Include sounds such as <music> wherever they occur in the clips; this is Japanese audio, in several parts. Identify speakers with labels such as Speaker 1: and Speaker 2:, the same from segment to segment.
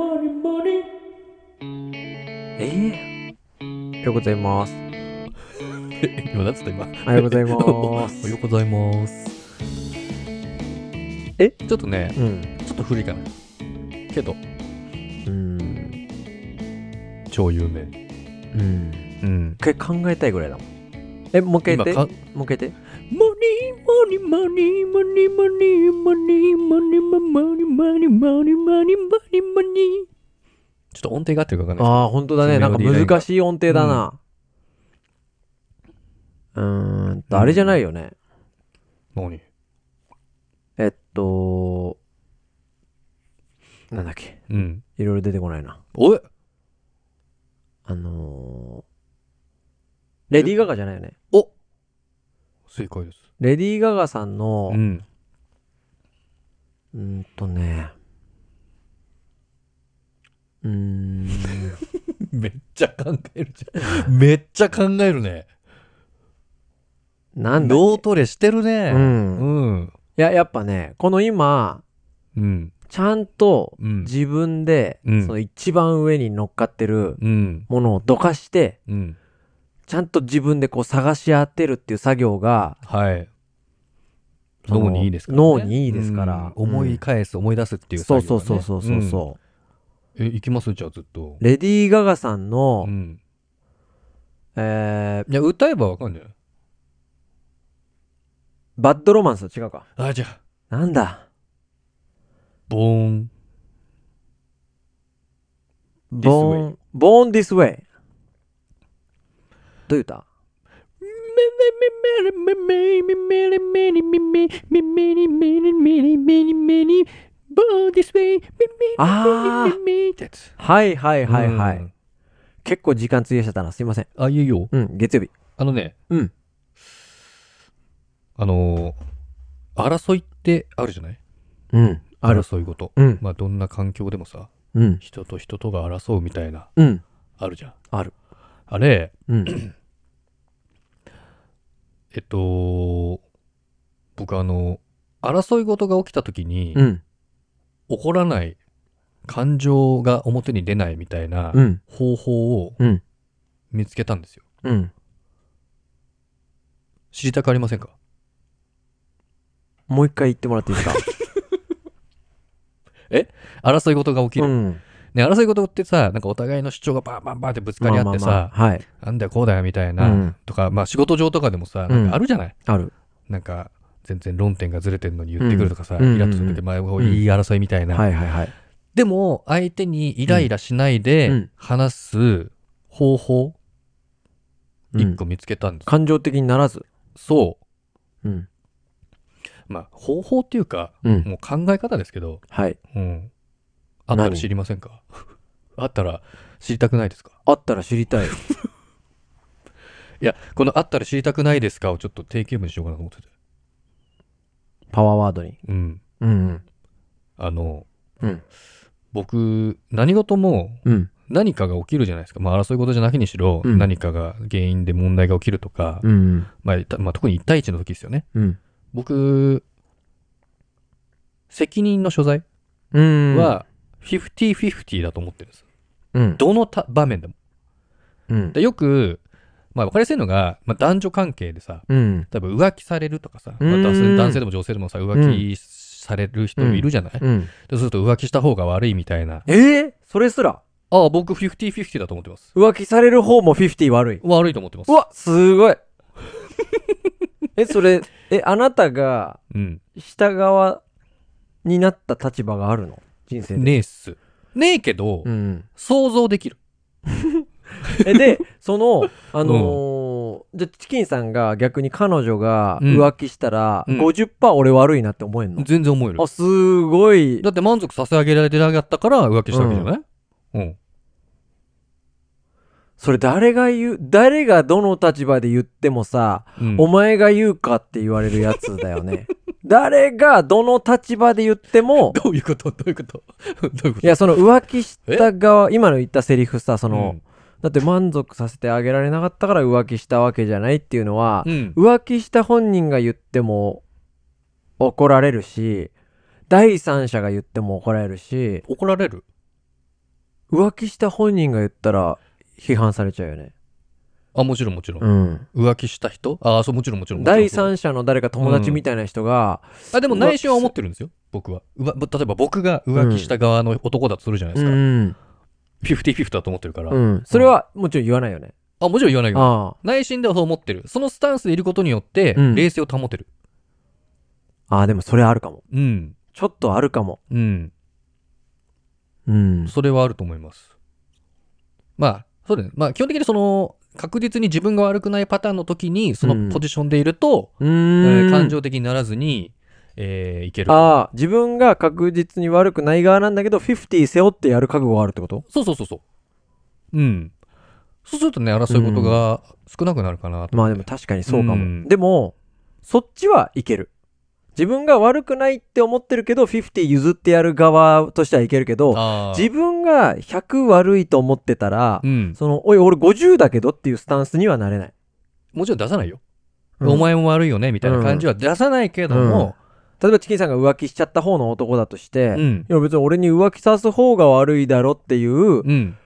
Speaker 1: り
Speaker 2: ええおはようございます。
Speaker 1: え今何つった今
Speaker 2: おはようございま
Speaker 1: おはよ
Speaker 2: す。
Speaker 1: うございます
Speaker 2: え
Speaker 1: ちょっとね
Speaker 2: <laughs> うん。
Speaker 1: ちょっと古いかなけど
Speaker 2: うん。
Speaker 1: 超有名
Speaker 2: うん。
Speaker 1: うん
Speaker 2: 一回考えたいぐらいだもん。え、もう一回言って。
Speaker 1: 今
Speaker 2: も
Speaker 1: か
Speaker 2: う一回言って。
Speaker 1: マニーマニーマニーマニーマニーマニーマニーマニーマニーマニーマニーマニーマニーマニーちょっと音程が合ってるかわかんない
Speaker 2: ああ、本当だね。
Speaker 1: メ
Speaker 2: な
Speaker 1: ロ
Speaker 2: んか
Speaker 1: ディーラインが
Speaker 2: 難しい音程だな。うーんと、あれじゃないよね。
Speaker 1: 何
Speaker 2: えっと、なんだっけ。
Speaker 1: うん
Speaker 2: いろいろ出てこないな。
Speaker 1: おい
Speaker 2: あのー、レディー・ガガじゃないよね。
Speaker 1: 正解です
Speaker 2: レディー・ガガさんの
Speaker 1: う、ん
Speaker 2: うーんとね、うーん、
Speaker 1: めっちゃ考えるじゃんめっちゃ考えるね
Speaker 2: なんだ
Speaker 1: 脳トレしてる
Speaker 2: う。
Speaker 1: ねうん
Speaker 2: い
Speaker 1: ん
Speaker 2: や、やっぱね、この今、
Speaker 1: うん
Speaker 2: ちゃんと
Speaker 1: うん
Speaker 2: 自分で、
Speaker 1: うん
Speaker 2: その一番上に乗っかってる
Speaker 1: うん
Speaker 2: ものをどかして、
Speaker 1: うん
Speaker 2: ちゃんと自分でこう探し当てるっていう作業が、
Speaker 1: はい
Speaker 2: その
Speaker 1: 脳にいいですからね
Speaker 2: 脳にいいですから。
Speaker 1: うん思い返す思い出すっていう
Speaker 2: そう
Speaker 1: 作
Speaker 2: そ
Speaker 1: 業
Speaker 2: う
Speaker 1: がね
Speaker 2: そうそうそう
Speaker 1: うん
Speaker 2: そう。
Speaker 1: え行きますじゃあずっと
Speaker 2: レディー・ガガさんの、
Speaker 1: うん
Speaker 2: えー
Speaker 1: いや歌えばわかんじゃない
Speaker 2: バッドロマンス違うか。
Speaker 1: あじゃあ
Speaker 2: なんだ
Speaker 1: ボーン
Speaker 2: ボーン、ボーン・ディス・ウェイ。どういう歌あーはいはいはいはい。
Speaker 1: うん
Speaker 2: 結構時間費やしちゃったな。すいません。
Speaker 1: あいいよ
Speaker 2: うん、月曜日。
Speaker 1: あのね
Speaker 2: うん
Speaker 1: あのー争いってあるじゃない
Speaker 2: うん、ある。
Speaker 1: 争いごと
Speaker 2: うん、
Speaker 1: まあどんな環境でもさ
Speaker 2: うん、
Speaker 1: 人と人とが争うみたいな
Speaker 2: うん、
Speaker 1: あるじゃん
Speaker 2: ある。
Speaker 1: あれ
Speaker 2: うん、
Speaker 1: えっと僕あの争い事が起きた時に
Speaker 2: うん、
Speaker 1: 怒らない感情が表に出ないみたいな
Speaker 2: うん、
Speaker 1: 方法を
Speaker 2: うん
Speaker 1: 見つけたんですよ
Speaker 2: うん。
Speaker 1: 知りたくありませんか
Speaker 2: もう一回言ってもらっていいですか <laughs>
Speaker 1: 争い事が起きる、
Speaker 2: ん。
Speaker 1: ね、争い事ってさなんかお互いの主張がバンバンバンってぶつかり合ってさ、
Speaker 2: まあまあまあはい。
Speaker 1: なんだよこうだよみたいうな、
Speaker 2: ん。
Speaker 1: とかまあ仕事上とかでもさなんかあるじゃない、
Speaker 2: ある。
Speaker 1: なんか全然論点がずれてるのに言ってくるとかさ、
Speaker 2: うん
Speaker 1: イラッとする時前をいい争いみたいな、
Speaker 2: はいはいはい。
Speaker 1: でも相手にイライラしないで話す方法
Speaker 2: う
Speaker 1: 一
Speaker 2: ん
Speaker 1: 個見つけたんです、
Speaker 2: 感情的にならず。
Speaker 1: そ
Speaker 2: うん。
Speaker 1: うまあ方法っていうか
Speaker 2: うん。
Speaker 1: もう考え方ですけど、
Speaker 2: はい。
Speaker 1: うん、あったら
Speaker 2: 何
Speaker 1: 知りませんか <laughs> あったら知りたくないですか
Speaker 2: あったら知りたい。
Speaker 1: いやこの「あったら知りたくないですか?」をちょっと定型文にしようかなと思ってて
Speaker 2: パワーワードに。
Speaker 1: うん
Speaker 2: うん。
Speaker 1: あの、
Speaker 2: うん
Speaker 1: 僕何事も
Speaker 2: うん。
Speaker 1: 何かが起きるじゃないですか、まあ、争い事じゃなきにしろ、
Speaker 2: うん
Speaker 1: 何かが原因で問題が起きるとか、
Speaker 2: うん。
Speaker 1: まあたまあ、特に1対1の時ですよね
Speaker 2: うん。
Speaker 1: 僕責任の所在
Speaker 2: うん。、
Speaker 1: は50-50だと思ってるんです、
Speaker 2: うん。
Speaker 1: どのた場面でも
Speaker 2: うん。
Speaker 1: でよく、まあ、分かりやすいのが、まあ、男女関係でさ
Speaker 2: うん。
Speaker 1: 多分浮気されるとかさ、まあ
Speaker 2: うん
Speaker 1: 男性男性でも女性でもさ浮気される人いるじゃない、
Speaker 2: うん。
Speaker 1: でそうすると浮気した方が悪いみたいな
Speaker 2: えー、それすら
Speaker 1: ああ僕50-50だと思ってます
Speaker 2: 浮気される方も50悪い。
Speaker 1: 悪いと思ってます
Speaker 2: うわ、
Speaker 1: <laughs>
Speaker 2: すごい。え、それ、え、あなたが
Speaker 1: うん
Speaker 2: 下側になった立場があるの人生で。
Speaker 1: ねえっすねえけど、
Speaker 2: うん。
Speaker 1: 想像できる
Speaker 2: え、で、その、あのーじゃあチキンさんが逆に彼女が浮気したら、
Speaker 1: うん
Speaker 2: 50%俺悪いなって思えんの、
Speaker 1: 全然思える
Speaker 2: あ、すごい。
Speaker 1: だって満足させ上げられてなかったから浮気したわけじゃない、うん
Speaker 2: それ誰が言う、誰がどの立場で言ってもさ、
Speaker 1: うん
Speaker 2: お前が言うかって言われるやつだよね。誰がどの立場で言っても、
Speaker 1: どういうことどういうことどういうこと
Speaker 2: いや、その浮気した側、今の言ったセリフさ、その、だって満足させてあげられなかったから浮気したわけじゃないっていうのは
Speaker 1: う、ん、
Speaker 2: 浮気した本人が言っても怒られるし、第三者が言っても怒られるし、
Speaker 1: 怒られる
Speaker 2: 浮気した本人が言ったら批判されちゃうよね。
Speaker 1: あ、もちろんもちろん。
Speaker 2: うん。
Speaker 1: 浮気した人ああ、そう、もちろんもちろん。
Speaker 2: 第
Speaker 1: も
Speaker 2: 三者の誰か友達みたいな人が、
Speaker 1: ちろんそうあ、でも内心は思ってるんですよ。僕は。うわぶ例えば僕が浮気した側の男だとするじゃないで
Speaker 2: う
Speaker 1: すか。
Speaker 2: ん。
Speaker 1: フィフティフィフだと思ってるから。
Speaker 2: うん。それはもちろん言わないよね。
Speaker 1: あ、もちろん言わないけど。
Speaker 2: あ
Speaker 1: 内心ではそう思ってる。そのスタンスでいることによって、
Speaker 2: うん
Speaker 1: 冷静を保てる。
Speaker 2: あ。ああ、でもそれあるかも。
Speaker 1: うん。
Speaker 2: ちょっとあるかも。
Speaker 1: うん。
Speaker 2: うん。
Speaker 1: それはあると思います。まあ、そうだね。まあ、基本的にその、確実に自分が悪くないパターンの時に、そのポジションでいると、
Speaker 2: う
Speaker 1: えー
Speaker 2: ーん。
Speaker 1: 感情的にならずに、えーいける。
Speaker 2: ああ、自分が確実に悪くない側なんだけど、50背負ってやる覚悟があるってこと
Speaker 1: そうそうそうそう。うん。そうするとね、争い事が少なくなるかなと。
Speaker 2: まあでも確かにそうかも。
Speaker 1: うん
Speaker 2: でも、そっちはいける。自分が悪くないって思ってるけど、50譲ってやる側としてはいけるけど、
Speaker 1: あー
Speaker 2: 自分が100悪いと思ってたら
Speaker 1: う、ん。
Speaker 2: その、おい、俺50だけどっていうスタンスにはなれない。
Speaker 1: もちろん出さないよ。
Speaker 2: うん
Speaker 1: お前も悪いよね、みたいな感じは出さないけども、
Speaker 2: 例えばチキンさんが浮気しちゃった方の男だとして、
Speaker 1: う
Speaker 2: い
Speaker 1: ん。
Speaker 2: や別に俺に浮気さす方が悪いだろってい
Speaker 1: う
Speaker 2: う、
Speaker 1: ん。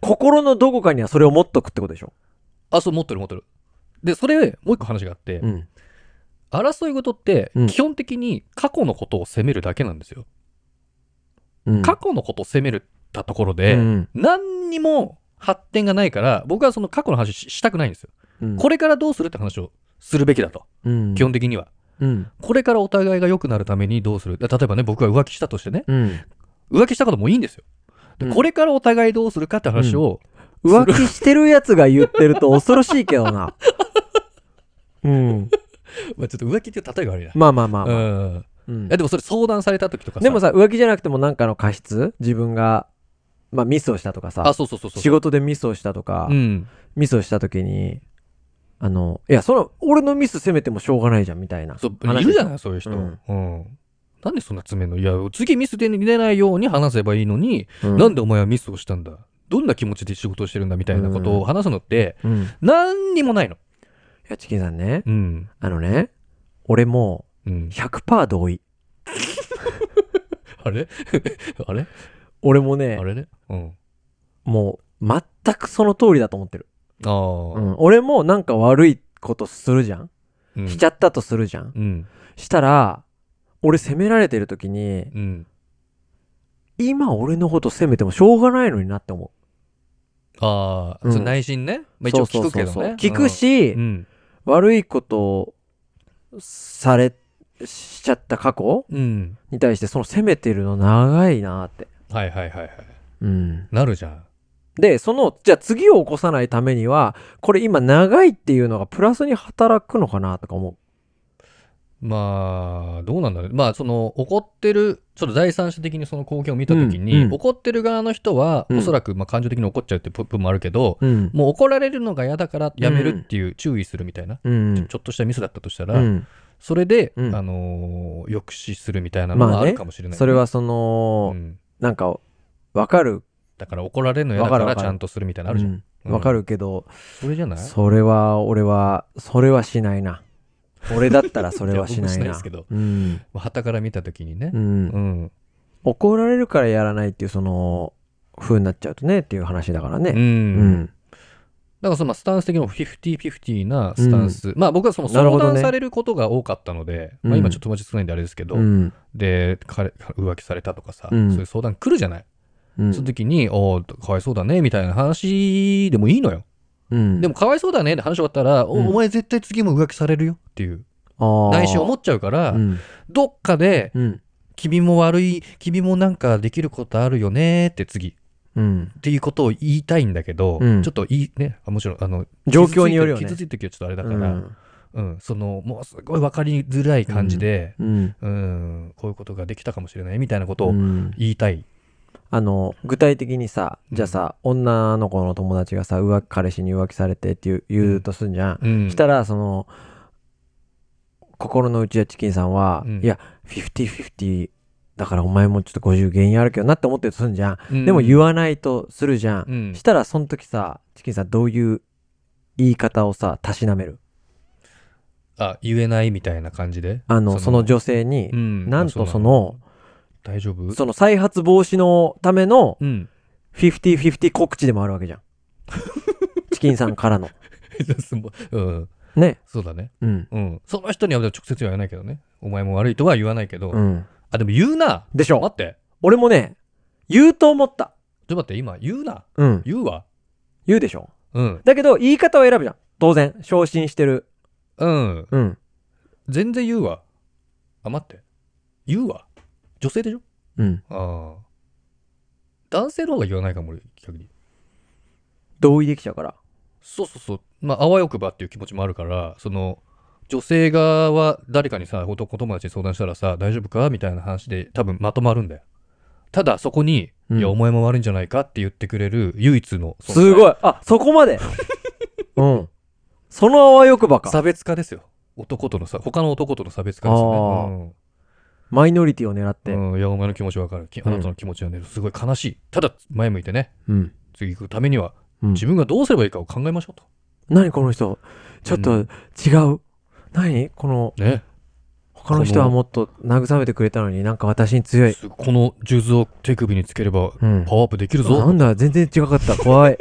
Speaker 2: 心のどこかにはそれを持っとくってことでしょ。
Speaker 1: あ、そう、持ってる持ってる。で、それ、もう一個話があって、
Speaker 2: ん。
Speaker 1: 争い事って
Speaker 2: うん、
Speaker 1: 基本的に過去のことを責めるだけなんですよ。
Speaker 2: うん、
Speaker 1: 過去のことを責めるったところで、
Speaker 2: うん
Speaker 1: 何にも発展がないから、僕はその過去の話ししたくないんですよ。
Speaker 2: うん
Speaker 1: これからどうするって話をするべきだと。
Speaker 2: うん
Speaker 1: 基本的には。
Speaker 2: うん。
Speaker 1: これからお互いが良くなるためにどうするだ例えばね、僕が浮気したとしてね、
Speaker 2: うん。
Speaker 1: 浮気したこともいいんですよ。で
Speaker 2: うん
Speaker 1: これからお互いどうするかって話を、
Speaker 2: 浮気してるやつが言ってると恐ろしいけど
Speaker 1: <laughs>
Speaker 2: な。うん。
Speaker 1: まあちょっと浮気っていう例えが悪いな。
Speaker 2: まあまあまあまあ、
Speaker 1: うん。
Speaker 2: うん
Speaker 1: いやでもそれ相談された時とかさ。
Speaker 2: でもさ、浮気じゃなくてもなんかの過失自分が、まあミスをしたとか
Speaker 1: あ、
Speaker 2: さ、
Speaker 1: そうそうそうそう。
Speaker 2: 仕事でミスをしたとか、
Speaker 1: うん。
Speaker 2: ミスをした時に、あの、いや、その、俺のミス責めてもしょうがないじゃん、みたいな。
Speaker 1: そう、い
Speaker 2: 話
Speaker 1: るじゃない、そういう人。
Speaker 2: う
Speaker 1: うんん。なんでそんな詰めんのいや、次ミスで出ないように話せばいいのに、
Speaker 2: うん
Speaker 1: なんでお前はミスをしたんだどんな気持ちで仕事をしてるんだみたいなことを話すのって、
Speaker 2: うん。い
Speaker 1: 何にもないの。
Speaker 2: や、チキンさんね、
Speaker 1: うん。
Speaker 2: あのね、俺も
Speaker 1: うん。
Speaker 2: 100%同意。
Speaker 1: あ <laughs> れあれ
Speaker 2: 俺もね
Speaker 1: あ、れねうん。
Speaker 2: もう、全くその通りだと思ってる。
Speaker 1: ああ。
Speaker 2: うん。俺もなんか悪いことするじゃん
Speaker 1: うん
Speaker 2: しちゃったとするじゃん。
Speaker 1: うん。
Speaker 2: したら、俺責められてる時に、
Speaker 1: うん。
Speaker 2: 今俺のこと責めてもしょうがないのになって思
Speaker 1: ああ、
Speaker 2: うん
Speaker 1: それ内心ね。まあ、一
Speaker 2: う。
Speaker 1: 応聞くけどね。
Speaker 2: そうそうそう聞くし、
Speaker 1: うん、
Speaker 2: 悪いことをされ、しちゃった過去
Speaker 1: うん。うん。
Speaker 2: に対してその責めてるの長いなって。
Speaker 1: はいはいはいはい。
Speaker 2: うん。
Speaker 1: なるじゃん。
Speaker 2: で、その、じゃあ次を起こさないためには、これ今長いっていうのがプラスに働くのかなとか思
Speaker 1: まあ、どうなんだろう。まあ、その、怒ってる、ちょっと第三者的にその光景を見たとき
Speaker 2: うん
Speaker 1: に、
Speaker 2: うん
Speaker 1: 怒ってる側の人は、
Speaker 2: うん
Speaker 1: おそらく、まあ、感情的に怒っちゃうって部分もあるけど、
Speaker 2: う。うん。
Speaker 1: もう怒られるのが嫌だからやめるっていう注意するみたいな、
Speaker 2: うん。
Speaker 1: ちょっとしたミスだったとしたら、
Speaker 2: うん。
Speaker 1: それで、
Speaker 2: うん
Speaker 1: あのー抑止するみたいなのもあるかもしれない、
Speaker 2: それはそうの、
Speaker 1: ん、
Speaker 2: なんか、わかる。
Speaker 1: だから怒られるの嫌だか
Speaker 2: わからる
Speaker 1: ちゃんとするみたいなのあるじゃん。
Speaker 2: うんわかるけど、
Speaker 1: それじゃない
Speaker 2: それは俺はそれはしないな俺だったらそれはしな
Speaker 1: <laughs> いや僕も
Speaker 2: い
Speaker 1: しない
Speaker 2: な
Speaker 1: ですけど
Speaker 2: うん、
Speaker 1: 旗から見たときにね
Speaker 2: う。、
Speaker 1: うんん。
Speaker 2: 怒られるからやらないっていうその風になっちゃうとねっていう話だから
Speaker 1: う。
Speaker 2: ねうんん
Speaker 1: だからそのまあスタンス的にも50-50なスタンス、まあ僕はその
Speaker 2: なるほ
Speaker 1: 相
Speaker 2: どね
Speaker 1: 談されることが多かったので、ま
Speaker 2: う
Speaker 1: あ
Speaker 2: ん
Speaker 1: 今ちょっと友達少ないんであれですけど、
Speaker 2: うん
Speaker 1: で彼浮気されたとかさ、
Speaker 2: うん
Speaker 1: そういう相談来るじゃない、
Speaker 2: うん
Speaker 1: その時に「おーかわいそうだね」みたいな話でもいいのよ、
Speaker 2: うん
Speaker 1: でも「かわいそうだね」って話終わったら、お
Speaker 2: うん
Speaker 1: お前絶対次も浮気されるよ」っていう
Speaker 2: も
Speaker 1: 内心思っちゃうから、
Speaker 2: うん
Speaker 1: どっかで
Speaker 2: うん
Speaker 1: 「君も悪い君もなんかできることあるよね」って次
Speaker 2: うん
Speaker 1: っていうことを言いたいんだけど、
Speaker 2: うん
Speaker 1: ちょっといいねあもちろんあの
Speaker 2: 状況によるよね
Speaker 1: 傷ついてる時はちょっとあれだ
Speaker 2: だ
Speaker 1: から、うんそのもうすごい分かりづらい感じで、
Speaker 2: うん
Speaker 1: うんこういうことができたかもしれないみたいなこと
Speaker 2: う
Speaker 1: を
Speaker 2: ん
Speaker 1: 言いたい、
Speaker 2: あの具体的にさじゃあさ女の子の友達がさ浮気彼氏に浮気されてっていう言うとすんじゃん
Speaker 1: うん
Speaker 2: したらその心の内やチキンさんは、
Speaker 1: うん
Speaker 2: いや50-50だからお前もちょっと50原因あるけどなって思ってるとすんじゃん、
Speaker 1: うん
Speaker 2: でも言わないとするじゃん、
Speaker 1: うん
Speaker 2: したらその時さチキンさんどういう言い方をさたしなめる
Speaker 1: あ言えないみたいな感じで
Speaker 2: あのその女性に、
Speaker 1: うん
Speaker 2: なんとその
Speaker 1: 大丈夫
Speaker 2: その再発防止のための
Speaker 1: うん <laughs>
Speaker 2: 50-50告知でもあるわけじゃん。チキンさんからの。
Speaker 1: うん。
Speaker 2: ね。
Speaker 1: そうだね。
Speaker 2: うん。
Speaker 1: うん。その人には直接は言わないけどね。お前も悪いとは言わないけど。
Speaker 2: うん。
Speaker 1: あ、でも言うな。
Speaker 2: でし
Speaker 1: 待
Speaker 2: ょ。
Speaker 1: って。
Speaker 2: 俺もね、言うと思った。
Speaker 1: ちょっと待って、今、言うな。
Speaker 2: うん。
Speaker 1: 言うわ。
Speaker 2: 言うでしょ。
Speaker 1: うん。
Speaker 2: だけど、言い方を選ぶじゃん。当然。昇進してる。
Speaker 1: うん。
Speaker 2: うん。
Speaker 1: 全然言うわ。あ、待って。言うわ。女性でしょ
Speaker 2: うん。
Speaker 1: ああ。男性の方が言わないかも、俺、逆に。
Speaker 2: 同意できちゃうから。
Speaker 1: そうそうそう。まあ、あわよくばっていう気持ちもあるから、その、女性側は誰かにさ、男友達に相談したらさ、大丈夫かみたいな話で多分まとまるんだよ。ただ、そこに、
Speaker 2: うん
Speaker 1: いや、お前も悪いんじゃないかって言ってくれる唯一の、その
Speaker 2: すごい。あ、そこ
Speaker 1: <laughs>
Speaker 2: まで。うん。そのあわよくばか。
Speaker 1: 差別化ですよ。男とのさ、他の男との差別化ですよね。
Speaker 2: マイノリティを狙っ
Speaker 1: う
Speaker 2: て。
Speaker 1: んうん。いや、お前の気持ちわかる。きあなたの気持ちはね、すごい悲しい。ただ、前向いてね、
Speaker 2: うん。
Speaker 1: 次行くためには、
Speaker 2: うん
Speaker 1: 自分がどうすればいいかを考えましょう
Speaker 2: 何この人ちょっ
Speaker 1: う
Speaker 2: と違う。何この、
Speaker 1: と。ね。
Speaker 2: 他の人はもっと慰めてくれたのになんか私に強い。
Speaker 1: すこの数珠を手首につければ、
Speaker 2: うん
Speaker 1: パ。ワーアップできる
Speaker 2: な
Speaker 1: ぞ。
Speaker 2: んだ、全然違かった。怖い。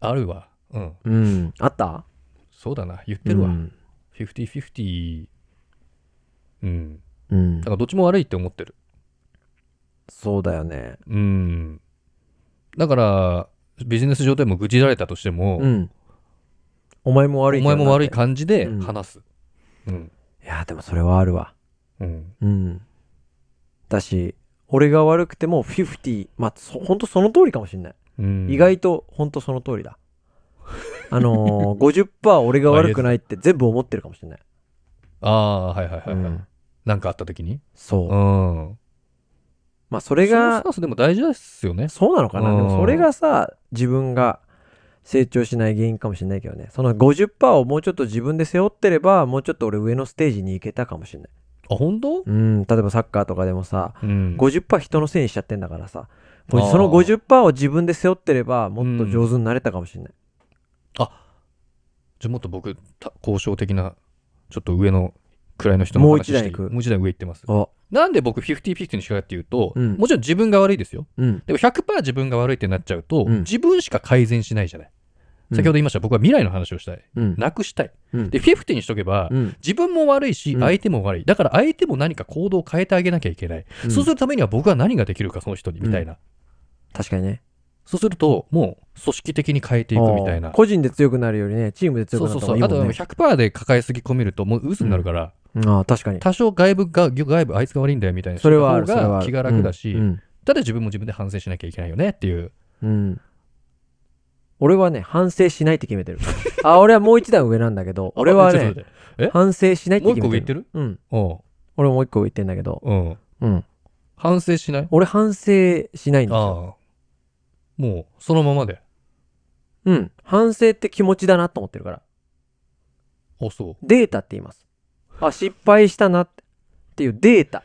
Speaker 1: あるわ。うん。
Speaker 2: うん。あった
Speaker 1: そうだな、言ってるわ。
Speaker 2: うん。
Speaker 1: 50-50。うん。
Speaker 2: うん
Speaker 1: だからどっちも悪いって思ってる。
Speaker 2: そうだよね。
Speaker 1: うん。だから、ビジネス上でも愚痴られたとしても、
Speaker 2: うん。お前も悪い
Speaker 1: お
Speaker 2: けど
Speaker 1: 前
Speaker 2: な
Speaker 1: も悪い感じで
Speaker 2: うん
Speaker 1: 話す。うん。
Speaker 2: いや、でもそれはあるわ。
Speaker 1: うん。
Speaker 2: うん。だし、俺が悪くても50、まあ、そほんとその通りかもしんない。
Speaker 1: うん
Speaker 2: 意外とほんとその通り
Speaker 1: <laughs>
Speaker 2: だ。あのー、50%俺が悪くないって全部思ってるかもしんない。
Speaker 1: ああ、はいはいは
Speaker 2: う
Speaker 1: い、はい
Speaker 2: ん。
Speaker 1: なんかあった時に。
Speaker 2: そうう。
Speaker 1: ん。
Speaker 2: まあ、それが
Speaker 1: セルフサー、スでも大事ですよね。
Speaker 2: そうなのかな、
Speaker 1: うん
Speaker 2: でもそれがさ自分が成長しない原因かもしれないけどねその50%をもうちょっと自分で背負ってればもうちょっと俺上のステージに行けたかもしれない
Speaker 1: あ、本当
Speaker 2: うん例えばサッカーとかでもさ
Speaker 1: うん。
Speaker 2: 50%人のせいにしちゃってんだからさこ
Speaker 1: あー
Speaker 2: その50%を自分で背負ってればもっと上手になれたかもしれない、
Speaker 1: じゃあもっと僕、た交渉的な、ちょっと上の位の人の
Speaker 2: もう
Speaker 1: 話
Speaker 2: 一
Speaker 1: してい
Speaker 2: 段
Speaker 1: い
Speaker 2: 行く
Speaker 1: もう一段上行ってます。
Speaker 2: あ
Speaker 1: なんで僕50-50にしかっていうと、
Speaker 2: うん
Speaker 1: もちろん自分が悪いですよ。
Speaker 2: うん
Speaker 1: でも100%自分が悪いってなっちゃうと、
Speaker 2: うん
Speaker 1: 自分しか改善しないじゃない。
Speaker 2: うん
Speaker 1: 先ほど言いました、僕は未来の話をしたい。
Speaker 2: うん
Speaker 1: なくしたい。
Speaker 2: うん
Speaker 1: で、50にしとけば、
Speaker 2: うん
Speaker 1: 自分も悪いし
Speaker 2: う、ん
Speaker 1: 相手も悪い。だから相手も何か行動を変えてあげなきゃいけない。
Speaker 2: うん
Speaker 1: そうするためには僕は何ができるか、その人に、みたいな。
Speaker 2: 確かにね
Speaker 1: そうすると、もう組織的に変えていくみたい
Speaker 2: あ
Speaker 1: な
Speaker 2: ー。個人で強くなるよりねチームで
Speaker 1: そ
Speaker 2: 強く
Speaker 1: うそう
Speaker 2: なった
Speaker 1: そう。
Speaker 2: 方がいい
Speaker 1: あ
Speaker 2: も
Speaker 1: と
Speaker 2: んね
Speaker 1: 100%で抱えすぎ込めると、もう渦になるから、
Speaker 2: ああー確かに
Speaker 1: 多少外部が、外部、あいつが悪いんだよみたいな
Speaker 2: そ
Speaker 1: 人
Speaker 2: れ
Speaker 1: の
Speaker 2: はあ
Speaker 1: 方
Speaker 2: るそれはあ
Speaker 1: が
Speaker 2: る
Speaker 1: 気が楽だし、
Speaker 2: うんうん
Speaker 1: ただ自分も自分で反省しなきゃいけないよねっていう。
Speaker 2: うん。俺はね、反省しないって決めてる。あ、俺はもう一段上なんだけど、俺は
Speaker 1: あちょっ
Speaker 2: ね
Speaker 1: と待、って
Speaker 2: 反省しないって決
Speaker 1: もう一個
Speaker 2: めてる。
Speaker 1: 上行ってる
Speaker 2: うん。
Speaker 1: お
Speaker 2: 俺もう一個上行ってんだけど、
Speaker 1: ううん。
Speaker 2: うん。
Speaker 1: 反省しない
Speaker 2: 俺反省しないんですよ。
Speaker 1: ああ。もう、そのままで。
Speaker 2: うん。反省って気持ちだなと思ってるから。
Speaker 1: あ、そう。
Speaker 2: データって言います。あ、失敗したなってっていうデータ。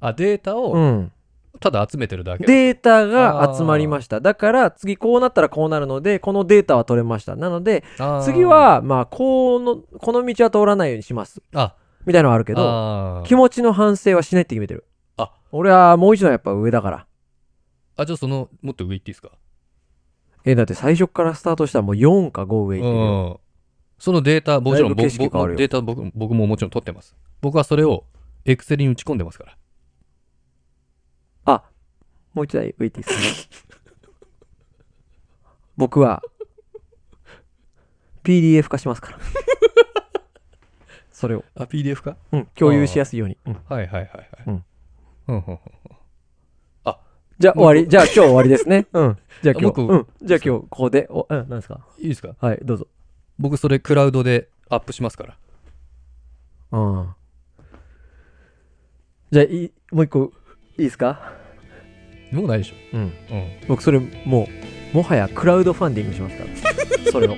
Speaker 1: あ、データ
Speaker 2: う
Speaker 1: を、
Speaker 2: ん。
Speaker 1: ただ集めてるだけ。
Speaker 2: データが集まりました。だから、次こうなったらこうなるので、このデータは取れました。なので、
Speaker 1: あー
Speaker 2: 次、は、まあ、こうの、この道は通らないようにします。
Speaker 1: あ、
Speaker 2: みたいなのはあるけど、
Speaker 1: あー
Speaker 2: 気持ちの反省はしないって決めてる。
Speaker 1: あ
Speaker 2: 俺はもう一度やっぱ上だから。
Speaker 1: あ、じゃあその、もっと上行っていいですか
Speaker 2: え、だって最初からスタートしたらもう4か5上
Speaker 1: う
Speaker 2: 行ってるよ。
Speaker 1: ん。そのデータ、もちろん
Speaker 2: だいぶ景
Speaker 1: 僕、
Speaker 2: 色変わる
Speaker 1: 僕
Speaker 2: よ
Speaker 1: データ僕僕ももちろん取ってます。僕はそれを、エクセルに打ち込んでますから。
Speaker 2: もう一台上行っていいですか <laughs> 僕は、PDF 化しますから。それを、
Speaker 1: あ、PDF か
Speaker 2: うん、共有しやすいように。うん
Speaker 1: はいはいはいはい。
Speaker 2: うん
Speaker 1: うん。うんうん
Speaker 2: じゃあ終わり。じゃあ今日終わりですね。 <laughs> うん。じゃあ
Speaker 1: もう
Speaker 2: 今日、
Speaker 1: 一個
Speaker 2: うん。じゃあ今日ここで、お、うん、何ですか
Speaker 1: いいですか
Speaker 2: はい、どうぞ。
Speaker 1: 僕それクラウドでアップしますから。
Speaker 2: うん。じゃあいい、もう一個、いいですか
Speaker 1: もうないでしょ。
Speaker 2: うん。
Speaker 1: うん。
Speaker 2: 僕それもうもはやクラウドファンディングしますか
Speaker 1: <laughs>
Speaker 2: らそれを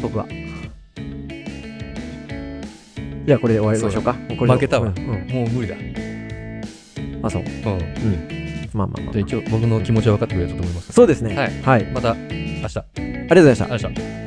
Speaker 2: 僕はじゃあこれで終わりましょうかもうこれで
Speaker 1: 負けたわ
Speaker 2: うんうん
Speaker 1: もう無理だ。うん。
Speaker 2: あそう
Speaker 1: じゃ
Speaker 2: まあまあまあ
Speaker 1: あ一応僕の気持ちは分かってくれたと思います。
Speaker 2: そうですね
Speaker 1: はい
Speaker 2: はい、あり
Speaker 1: また明日。ありがとう
Speaker 2: がとうございました
Speaker 1: ございました。